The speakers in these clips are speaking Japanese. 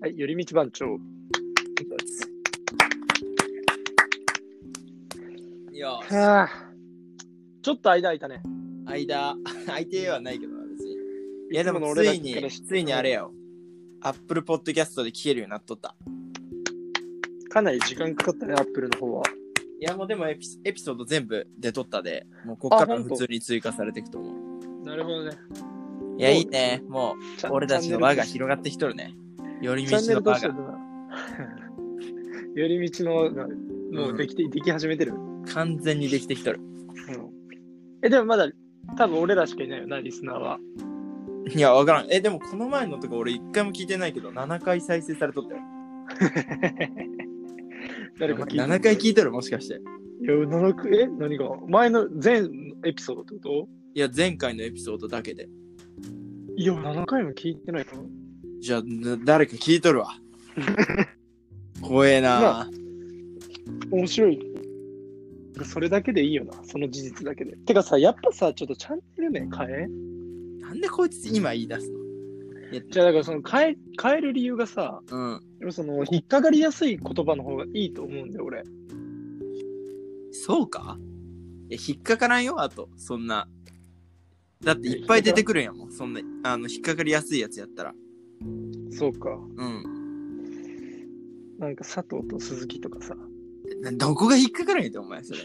はい、寄り道番長。よしはあ、ちょっと間空いたね。間、相手はないけどな、別に。いや、でつのも、俺つらいからに、しついにあれよ。Apple Podcast で聞けるようになっとった。かなり時間かかったね、アップルの方は。いや、もうでもエピエピソード全部で撮ったで、もうこっからあほん普と通に追加されていくと思なるほどね。う。いや、いいね。もちうゃ、俺たちの輪がチ広がってきとるね。よりャンネ道のルと輪してがだな。 寄り道のな、もうできて、でき始めてる。完全にできてきとる。え、でもまだ、多分俺らしかいないよな、リスナーは。いや、わからん。え、でもこの前のとか俺一回も聞いてないけど、7回再生されとったよ。誰か聞いて7回聞いてるもしかして。いや、7回、え何が前の全エピソードってこいや、前回のエピソードだけで。といや、7回も聞いてないかな。じゃあ、な誰か聞いとるわ。怖えまな。面白い。それだけでいいよな、その事実だけで。てかさ、やっぱさ、ちょっとチャンネル名変えなんでこいつ今言い出すのじゃあ、だからその変え、変える理由がさ、うん。でもその、引っかかりやすい言葉の方がいいと思うんだよ、俺。そうかいや、引っかからんよ、あと。そんな。だっていっぱい出てくるんやもん。そんな、あの、引っかかりやすいやつやったら。そうか。うん。なんか佐藤と鈴木とかさ。などこが引っかかるんやって、お前、それ。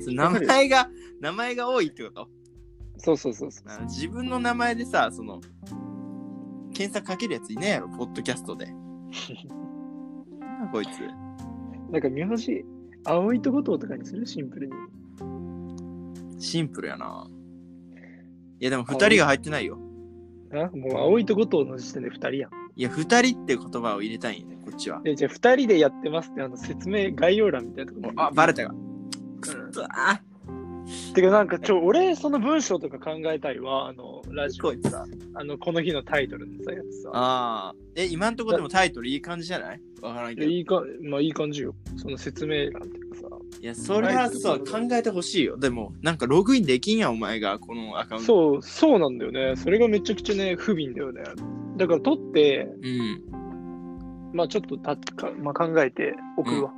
その名前が、名前が多いってことそうそうそうそう。あの自分の名前でさ、その、検索かけるやついねえやろ、ポッドキャストで。なんだこいつ。なんか名字、葵と後藤とかにするシンプルに。シンプルやな。いや、でも2人が入ってないよ。あもう葵と後藤の時点で2人やん。いや、2人って言葉を入れたいんやね、こっちは。え、じゃあ2人でやってますって、あの説明概要欄みたいなところにあ、バレたが。うんうわあてかなんかちょ俺その文章とか考えたいわあのラジこオいつだ。あのこの日のタイトルのさやつさああ。え、今んとこでもタイトルいい感じじゃないわからんいけやど。いいいかまあいい感じよその説明欄っていうかや、それはそう、考えてほしいよ。でも、なんかログインできんやん、お前が、このアカウさント。そうそうなんだよねそれがめちゃくちゃね不憫だよねだから撮ってうん。まあちょっとたか、まあ、考えて送るわ、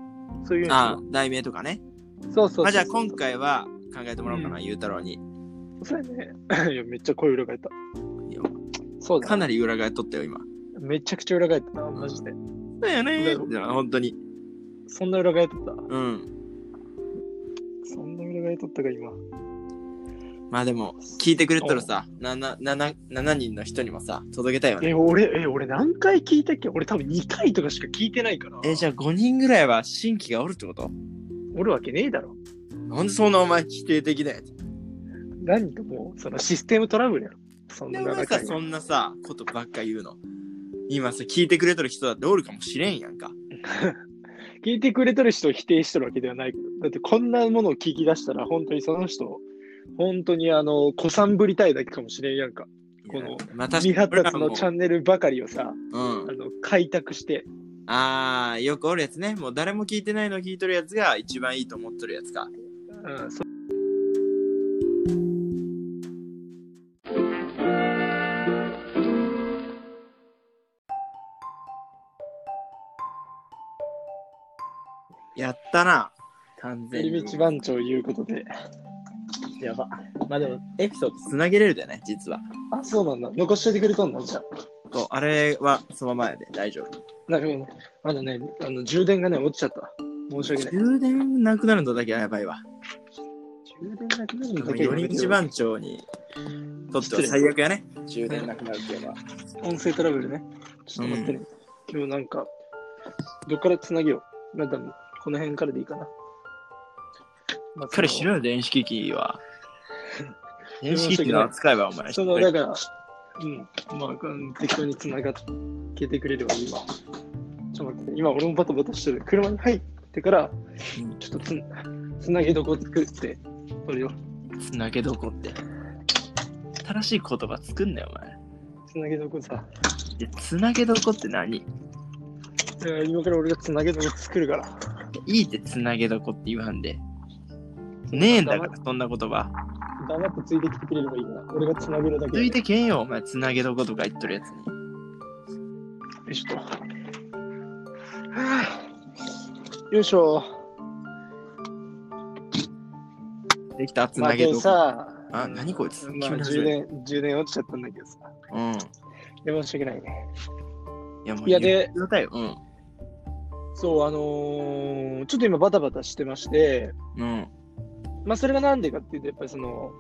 そういうのああ、題名とかね。そうそうそうまあ、じゃあ今回は考えてもらおうかな、うゆうたろうに。そうやねいやめっちゃ声裏返ったいやそうだかねなり裏返っとったよ、今。めちゃくちゃ裏返ったなマジで、だよねうんじゃあ、本当に。そんな裏返っとったうん。そんな裏返っとったか今まあでも、聞いてくれとるさ、7, 7, 7人の人にもさ、届けたいよね。え、俺、え、俺何回聞いたっけ俺多分2回とかしか聞いてないから。え、じゃあ5人ぐらいは新規がおるってことおるわけねえだろ。なんでそんなお前否定的だよ。何かもう、そのシステムトラブルやろ。そんでなお前7さ回。そんなさことばっか言うの今さ聞いてくれとる人だっておるかもしれんやんか聞いてくれてる人を否定してるわけではないけど。だってこんなものを聞き出したら、本当にその人、本当にあの、子さんぶりたいだけかもしれんやんか。このまあ、確未かに発俺ら達のもチャンネルばかりをさ、うんあの、開拓して。あーよくおるやつねもう誰も聞いてないの聞いとるやつが一番いいと思っとるやつかうん、そやったな完全寄にり道番長いうことで。やばまあでもエピソードつなげれるだよね実はあ、そうなんだ。残しといてくれたんだ、じゃあ。そうあれはその前で大丈夫なるほどね。あのね、あの、充電がね、落ちちゃった。申し訳ない。充電なくなるのだけはやばいわ充電なくなるのだけ寄り道番長にとっては最悪やね充電なくなるっていうのは音声トラブルね。ちょっと待ってね。今日なんか、どっからつなげよう。まだこの辺からでいいかな。まあ、彼そ知のらん電子機器は。 電電子子機機器器のの扱いはお前。その、だから、うん、まあうん、適当につながけてくれればいいわ。ちょっと待って、今俺もバタバタしてる。車に入ってから、うんちょっとつつなげどこ作って、それをつなげどこって。新しい言葉作んなよ、お前。つなげどこさ。でつなげどこって何いだから今から俺がつなげどこ作るから。いってつなげどこって言わんで。ねえんだから、そんな言葉。黙ってついてきてくれればいいんだ。俺がつなげるだけつでいてけんよ、お前。つなげどことか言っとるやつに。よいしょっと。よいしょ。できた厚まあ、投げでともか。さ、あ、何こいつまあ、急に始10める。年、10年落ちちゃったんだけどさ。うん。で申し訳ないね。いや、もういやで言ってくださいよそう、あのーちょっと今バタバタしてまして、うん。うん。まあ、それがなんでかっていうと、やっぱりその、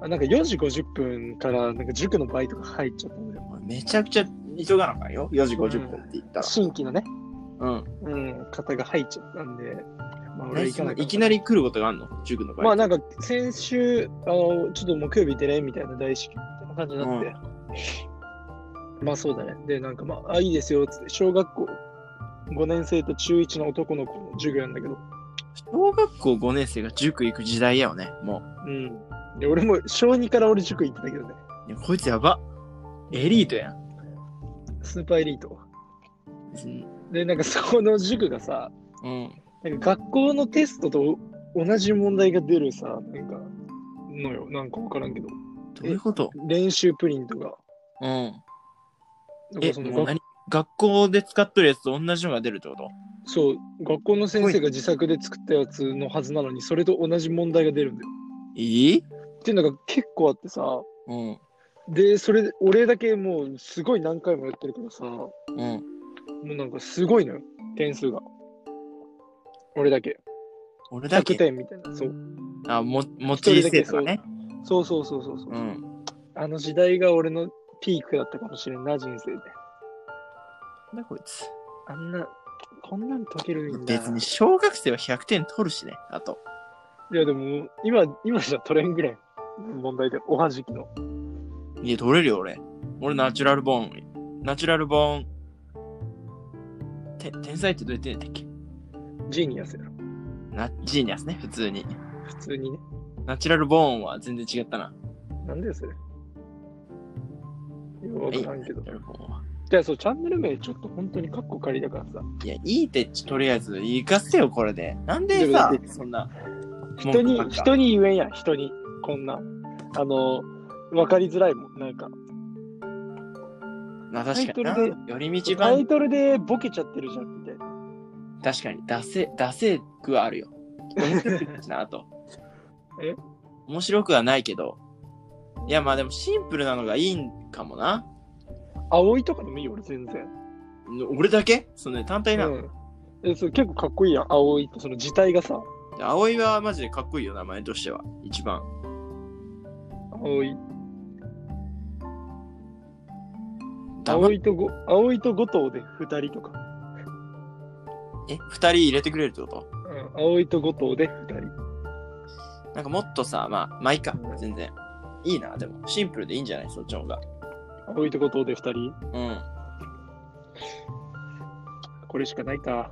あなんか4時50分からなんか塾のバイトが入っちゃったんだよ。お前めちゃくちゃ急がなあかんよ。4時50分って言ったら。新規のね、うん。うん、方が入っちゃったんで、まあ、俺は何行そかのないきなり来ることがあんの塾の場合。まあなんか先週、あのちょっと木曜日出れみたいな大式みたいな感じになって、まあそうだね。で、なんかまあ、あいいですよっつって、小学校5年生と中1の男の子の授業なんだけど、小学校5年生が塾行く時代やよね。もうう。ん。で俺も小2から俺塾行ってたけどね、いやこいつやば。エリートやん。スーパーエリート。うん。で、なんかそこの塾がさ、うんなんか学校のテストと同じ問題が出るさ、なんか、のよ、なんかわからんけど、どういうこと練習プリントが。うん。なんえ、かそのもう何学校で使っとるやつと同じのが出るってことそう、学校の先生が自作で作ったやつのはずなのに、それと同じ問題が出るんだよ。いいっていうのが結構あってさ、うん。で、それ、俺だけもうすごい何回もやってるからさ、もうん。うなんかすごいのよ、点数が。俺だけ。俺だ100け。点みたいな。そう。あ、も、持ちい生とかね。そうそうそうそうそう、うん。あの時代が俺のピークだったかもしれんな、人生で。なんだこいつ。あんな、こんなん解けるんだ。別に小学生は100点取るしね。あと。いや、でも、今、今じゃ取れんぐらい。問題で、おはじきの。いや、取れるよ、俺。俺、ナチュラルボーン。ナチュラルボーン。て天才ってどうやってんだっけジーニアスやろ。なジーニアスね、普通に。普通にね。ナチュラルボーンは全然違ったな。なんだよ、それ。よくわからんけどナチ。ュラルボーンはじゃあ、そう、チャンネル名、ちょっと本当にカッコ借りだからさ。いや、いいって、とりあえず、行かせよ、これで。なんででもださっ、てそんな。人に文句ばっ、か人に言えんやん、人に。こんな。あの、わかりづらいもん。なんか、まあ、確かになタイトル。寄り道タイ版、トルでボケちゃってるじゃん、みたいな。確かに、出せ、出せくはあるよ。面白くな、あと。 え面白くはないけど。いや、まあでも、シンプルなのがいいんかもな。葵とかでもいいよ、俺、全然。俺だけそのね、単体なの。うん、えそう結構かっこいいやん、葵って、その字体がさ、で葵はマジでかっこいいよ、名前としては。一番。葵。黙っ葵とご葵と五島で2人とか、え、二人入れてくれるってことうん、葵と五島で2人。なんかもっとさ、まあ、まあいいか、全然。いいな、でも。シンプルでいいんじゃないそっちの方が。葵と五島で2人。うん。これしかないか。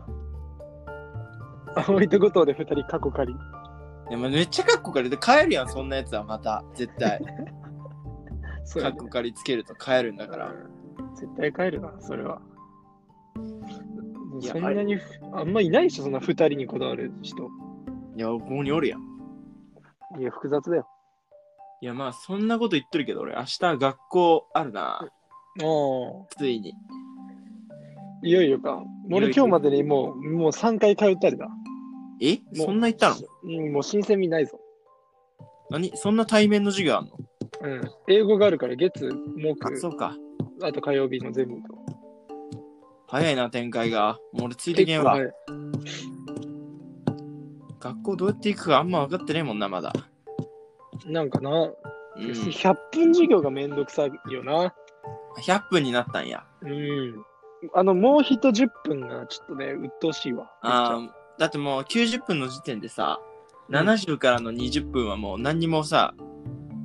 葵と五島で2人、過去仮。でもめっちゃカッコ借りて帰るやん、そんなやつはまた。絶 対。そカうやッねコ借りつけると帰るんだから。絶対帰るな、それは。いやそんなにあんまいないでしょ、そんな2人にこだわる人。いや、ここにおるやん。いや、複雑だよ。いや、まあ、そんなこと言ってるけど、俺、明日学校あるな、あついに。あ。いよいよか。俺、いよ今いよ日までにもう、もう3回通ったりだ。えもうそんな言ったのうん、もう新鮮味ないぞ。何そんな対面の授業あんのうん。英語があるから、月、木あ、、そうか。あと火曜日の全部と。早いな、展開が。もう俺、ついてけんわ。はい学校どうやって行くかあんま分かってねえもんな、まだ。なんかな、うん。 100分授業がめんどくさいよな。 100分になったんや。うん。あの、もうひと10分がちょっとね、鬱陶しいわ。あーだってもう90分の時点でさ、うん70からの20分はもう何にもさ、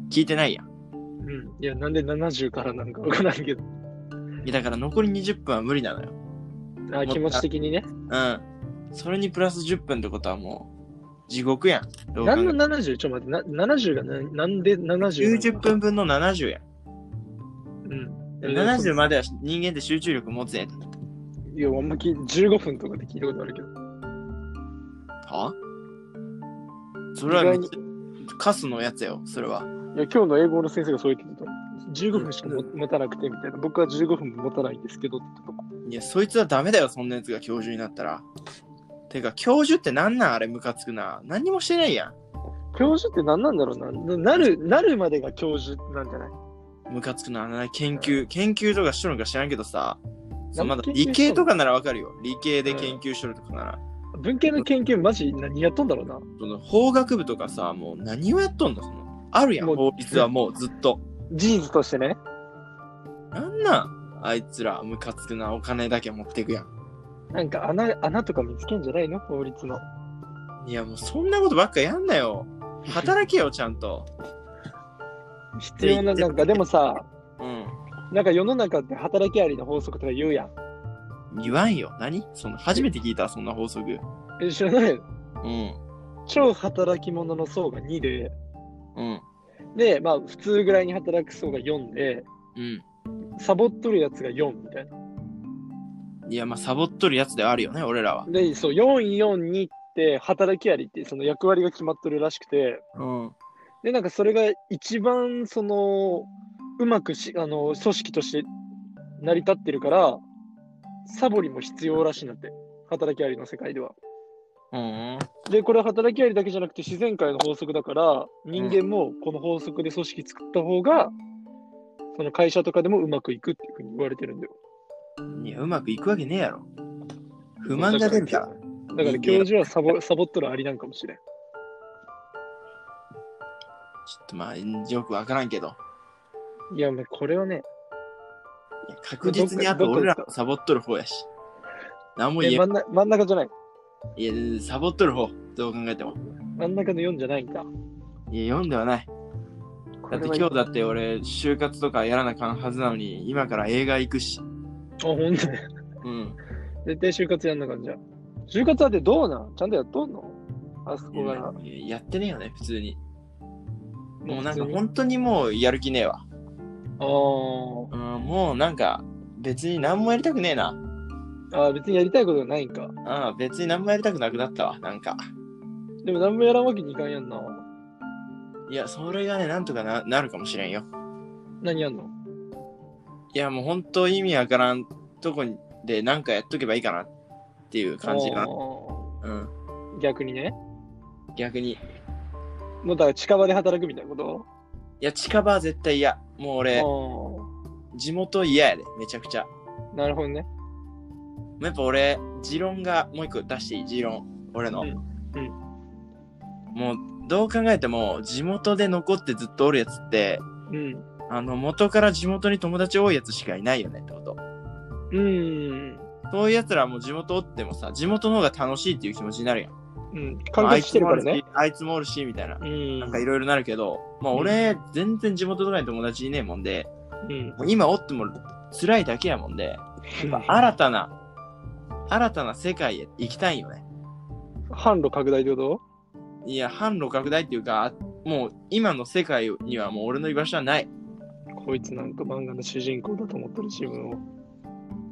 聞いてないやん。うん。いや、なんで70からなんかわからんけど。いやだから残り20分は無理なのよ。あ、気持ち的にね。うん。それにプラス10分ってことはもう、地獄やん。どう考えても何の 70? ちょっと待って、な70がななんで70なの90。分分の70やん。うん。 70までは人間って集中力持つやん。いや、あんまき15分とかで聞いたことあるけど。はそれはめっちゃカスのやつよ、それは。いや、今日の英語の先生がそう言ってた。15分しかも持たなくてみたいな。僕は15分も持たないんですけどってとこ。いや、そいつはダメだよ、そんなやつが教授になったら。てか、教授ってなんなんあれムカつくな。何にもしてないや教授って何なんだろうなななるなるまでが教授なんじゃないん。ムカつくな。あのね研究、研究とかしとるのか知らんけどさ。そうま何だ研究しとんの理系とかならわかるよ。理系で研究しとるとかなら。文系の研究マジ何やっとんだろうなその法学部とかさ、もう何をやっとんのそのあるやん、もう法律はもうずっと。事実としてねなんなんあいつら、ムカつくな。お金だけ持ってくやん。なんか穴穴とか見つけんじゃないの法律のいや、もうそんなことばっかやんなよ。働けよ、ちゃ んと。必要なでなんかでもさうん。なんか世の中って働きありの法則とか言うやん言わんよ。何その初めて聞いた、そんな法則。え知らないうん。超働き者の層が2でうん。でまあ普通ぐらいに働く層が4でうん。サボっとるやつが4みたいないや、まあ、サボっとるやつではあるよね、俺らは。でそう442って働きありってその役割が決まっとるらしくてうん。でなんかそれが一番そのうまくしあの組織として成り立ってるからサボりも必要らしいなって働きありの世界では。うん。でこれは働きありだけじゃなくて自然界の法則だから人間もこの法則で組織作った方が、その会社とかでもうまくいくっていうふうに言われてるんだよ。いや、うまくいくわけねえやろ。不満が出るから。だから教授はサボサボっとるありなんかもしれん。ちょっとまあ、よくわからんけど。いやもうこれはねいや確実にあとどっか俺らもサボっとる方やし。何も言ええ真ん中真ん中じゃないいや、サボっとる方。どう考えても。真ん中の4じゃないんだ。いや、読んではない。だって今日だって俺、就活とかやらなあかんはずなのに、今から映画行くし。あほんと にうん。絶対就活やんな感じゃん。就活だってどうなんちゃんとやっとんのあそこが。いややってねえよね、普通に。もうなんか普通に本当にもうやる気ねえわ。あうん、もうなんか別に何もやりたくねえな。ーあー、別にやりたいことがないんか。ああ、別に何もやりたくなくなったわ、なんか。でも何もやらんわけにいかんやんな。いや、それがね、なんとかななるかもしれんよ。何やんのいや、もう本当意味わからんとこでなんかやっとけばいいかなっていう感じがあ。ーうん、逆にね。逆に。いもうだから近場で働くみたいなことや、近場は絶対嫌。もう俺、あ地元嫌やで、めちゃくちゃ。あ、なるほどね。もうやっぱ俺、持論がもう一個出していい、持論。俺の。うんうんもう、どう考えても、地元で残ってずっとおるやつって、うん。あの、元から地元に友達多いやつしかいないよねってこと。うーん。そういうやつらはもう地元おってもさ、地元の方が楽しいっていう気持ちになるやん。うん。関係してるからね。あいつもおるし、あいつもおるしみたいなう。ん。なんかいろいろなるけど、まあうん俺、全然地元とかに友達いねえもんで、うん。もう今おっても辛いだけやもんで、新たな、新たな世界へ行きたいんよね。販路拡大ってこといや、販路拡大っていうか、もう今の世界にはもう俺の居場所はない。こいつなんか漫画の主人公だと思ってる自分を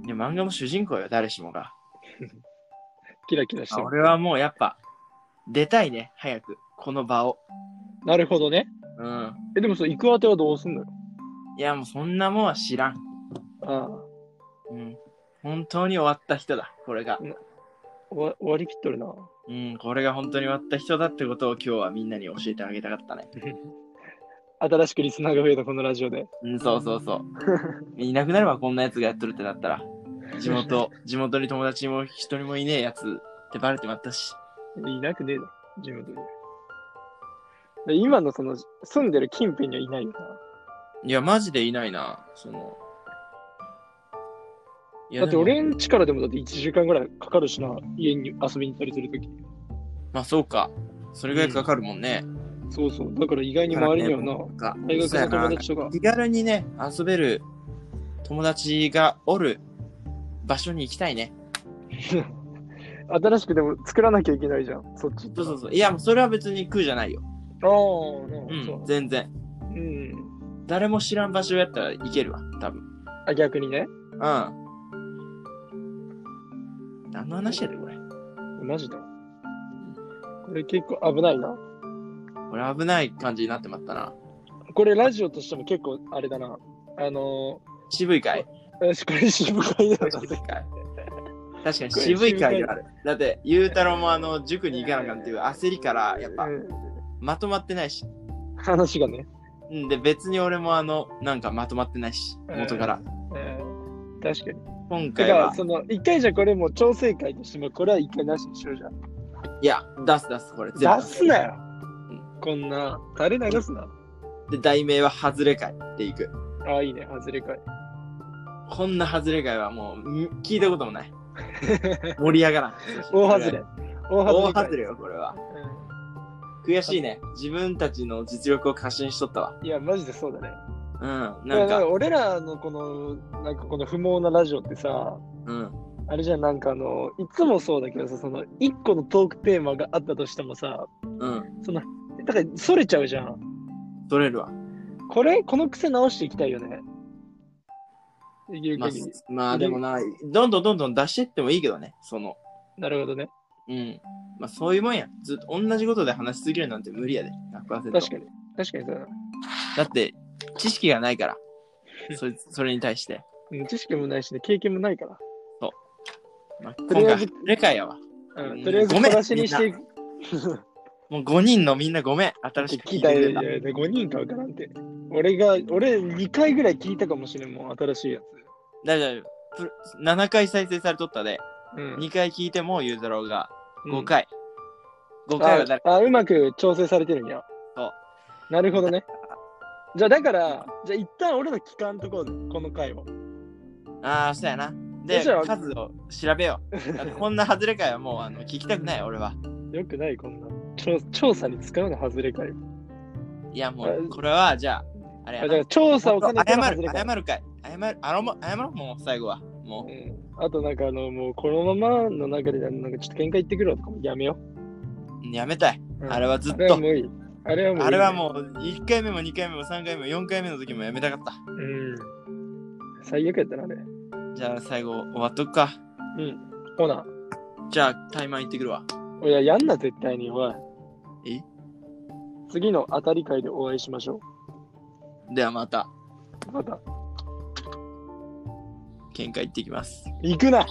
いや、漫画も主人公よ、誰しもが。キラキラしてる。俺はもうやっぱ、出たいね、早く。この場を。なるほどね。うん。え、でもその行くあてはどうすんのよ。いや、もうそんなもんは知らん。ああ。うん。本当に終わった人だ、これが。終わ終わりきっとるな。うん、これが本当に終わった人だってことを今日はみんなに教えてあげたかったね。新しくリスナーが増えたこのラジオで。うん、そうそう そう。いなくなればこんなやつがやっとるってなったら、地元、地元に友達も一人もいねえやつってバレてまったし。いなくねえだ、地元に。で今のその住んでる近辺にはいないよいや、マジでいないな、その。いな。やだってで俺ん家からでもだって1時間ぐらいかかるしな、家に遊びに行ったりするとき。もまあそうか。それぐらいかかるもんね。そうそう。だから意外に周りにはな、か大学そうやのな友達とか。気軽にね、遊べる友達がおる場所に行きたいね。新しくでも作らなきゃいけないじゃん、そっち。そうそうそう。いや、もうそれは別に苦じゃないよ。ああ、なるほうど。そん、う全然。うん。誰も知らん場所やったらいけるわ、多分。あ、逆にね。うん。何の話やで、これ。マジだ。これ結構危ないな。これ危ない感じになってまったな。これラジオとしても結構あれだな。あの渋いかい私 これ渋会だよな渋い回確かに渋い回ではある。だって、ゆうたろうもあの、塾に行かなあかんっていう焦りから、やっぱう、んまとまってないし。話がね、うんで、別に俺もあの、なんかまとまってないし、元かうら。ん確かに今だ回からは、その一回じゃこれもう調整会としてもこれは一回なしにしようじいや、出す出す、これ。全ゃ部ん出すなよこんな垂れ流すなで、題名は、ハズレ会っていく。ああいいね外れ会こんなハズレ会はもう、ん聞いたこと もない。盛り上がらん。大外れ。大大外外れれよ、これは。悔しいね。自分たちの実力を過信しとったわ。うんいやマジでそうだねういん、なやんだからか、俺らのこのなんかこの不毛なラジオってさうん、あれじゃんなんかあのいつもそうだけどさその一個のトークテーマがあったとしてもさうん、そのだからそれちゃうじゃん取れるわ。これこの癖直していきたいよねできるまあ限り、、まあでもな、どんどんどんどん出してってもいいけどね、その、なるほどねうん。まあそういうもんや。ずっと同じことで話し続けるなんて無理やで、確100%。かに確かにさだって、知識がないから、そいそれに対して。うん知識もないしね経験もないからまあ、とり今あ回、えず初レカやわ。う、うんんとりあえずご小めん出しにしていく。もう5人のみんなごめん、新しく聞聞いいてたくよ、れいたや。いや5人かわからんて。俺が、俺2回ぐらい聞いたかもしれんもん、新しいやつ。大丈夫。プロ7回再生されとったで、うん2回聞いてもゆうたろうがうん5回。5回は誰ああ、うまく調整されてるんや。そうなるほどね。じゃあだから、じゃあ一旦俺ら聞かんとこう、この回を。ああ、そうやな。そでしたら、数を調べよう。だってこんな外れ会はもうあの聞きたくない、俺は。よくない、こんな。調調査に使うの、外れ会。いや、もう、これは、じゃあ、あれあやじゃなあ調査を兼ねての謝外れる、会。謝るかい。謝る、あの謝ろう、もう、最後は。もうん、あとなんかあの、もうこのままの中で、なんかちょっと喧嘩行ってくるわとかもやめよう、やめたい。う。うんあれはずっあれはとも。ういい。あれはもういいねあれはもう、1回目も2回目も3回目も4回目の時もやめたかった。うん。最悪やったな、あれ。じゃあ、最後、終わっとくか。うん。ほな。じゃあ、タイマン行ってくるわ。いや、やんな、絶対に。おい。え次の当たり会でお会いしましょでは、また、う。また。喧嘩行ってきます。行くな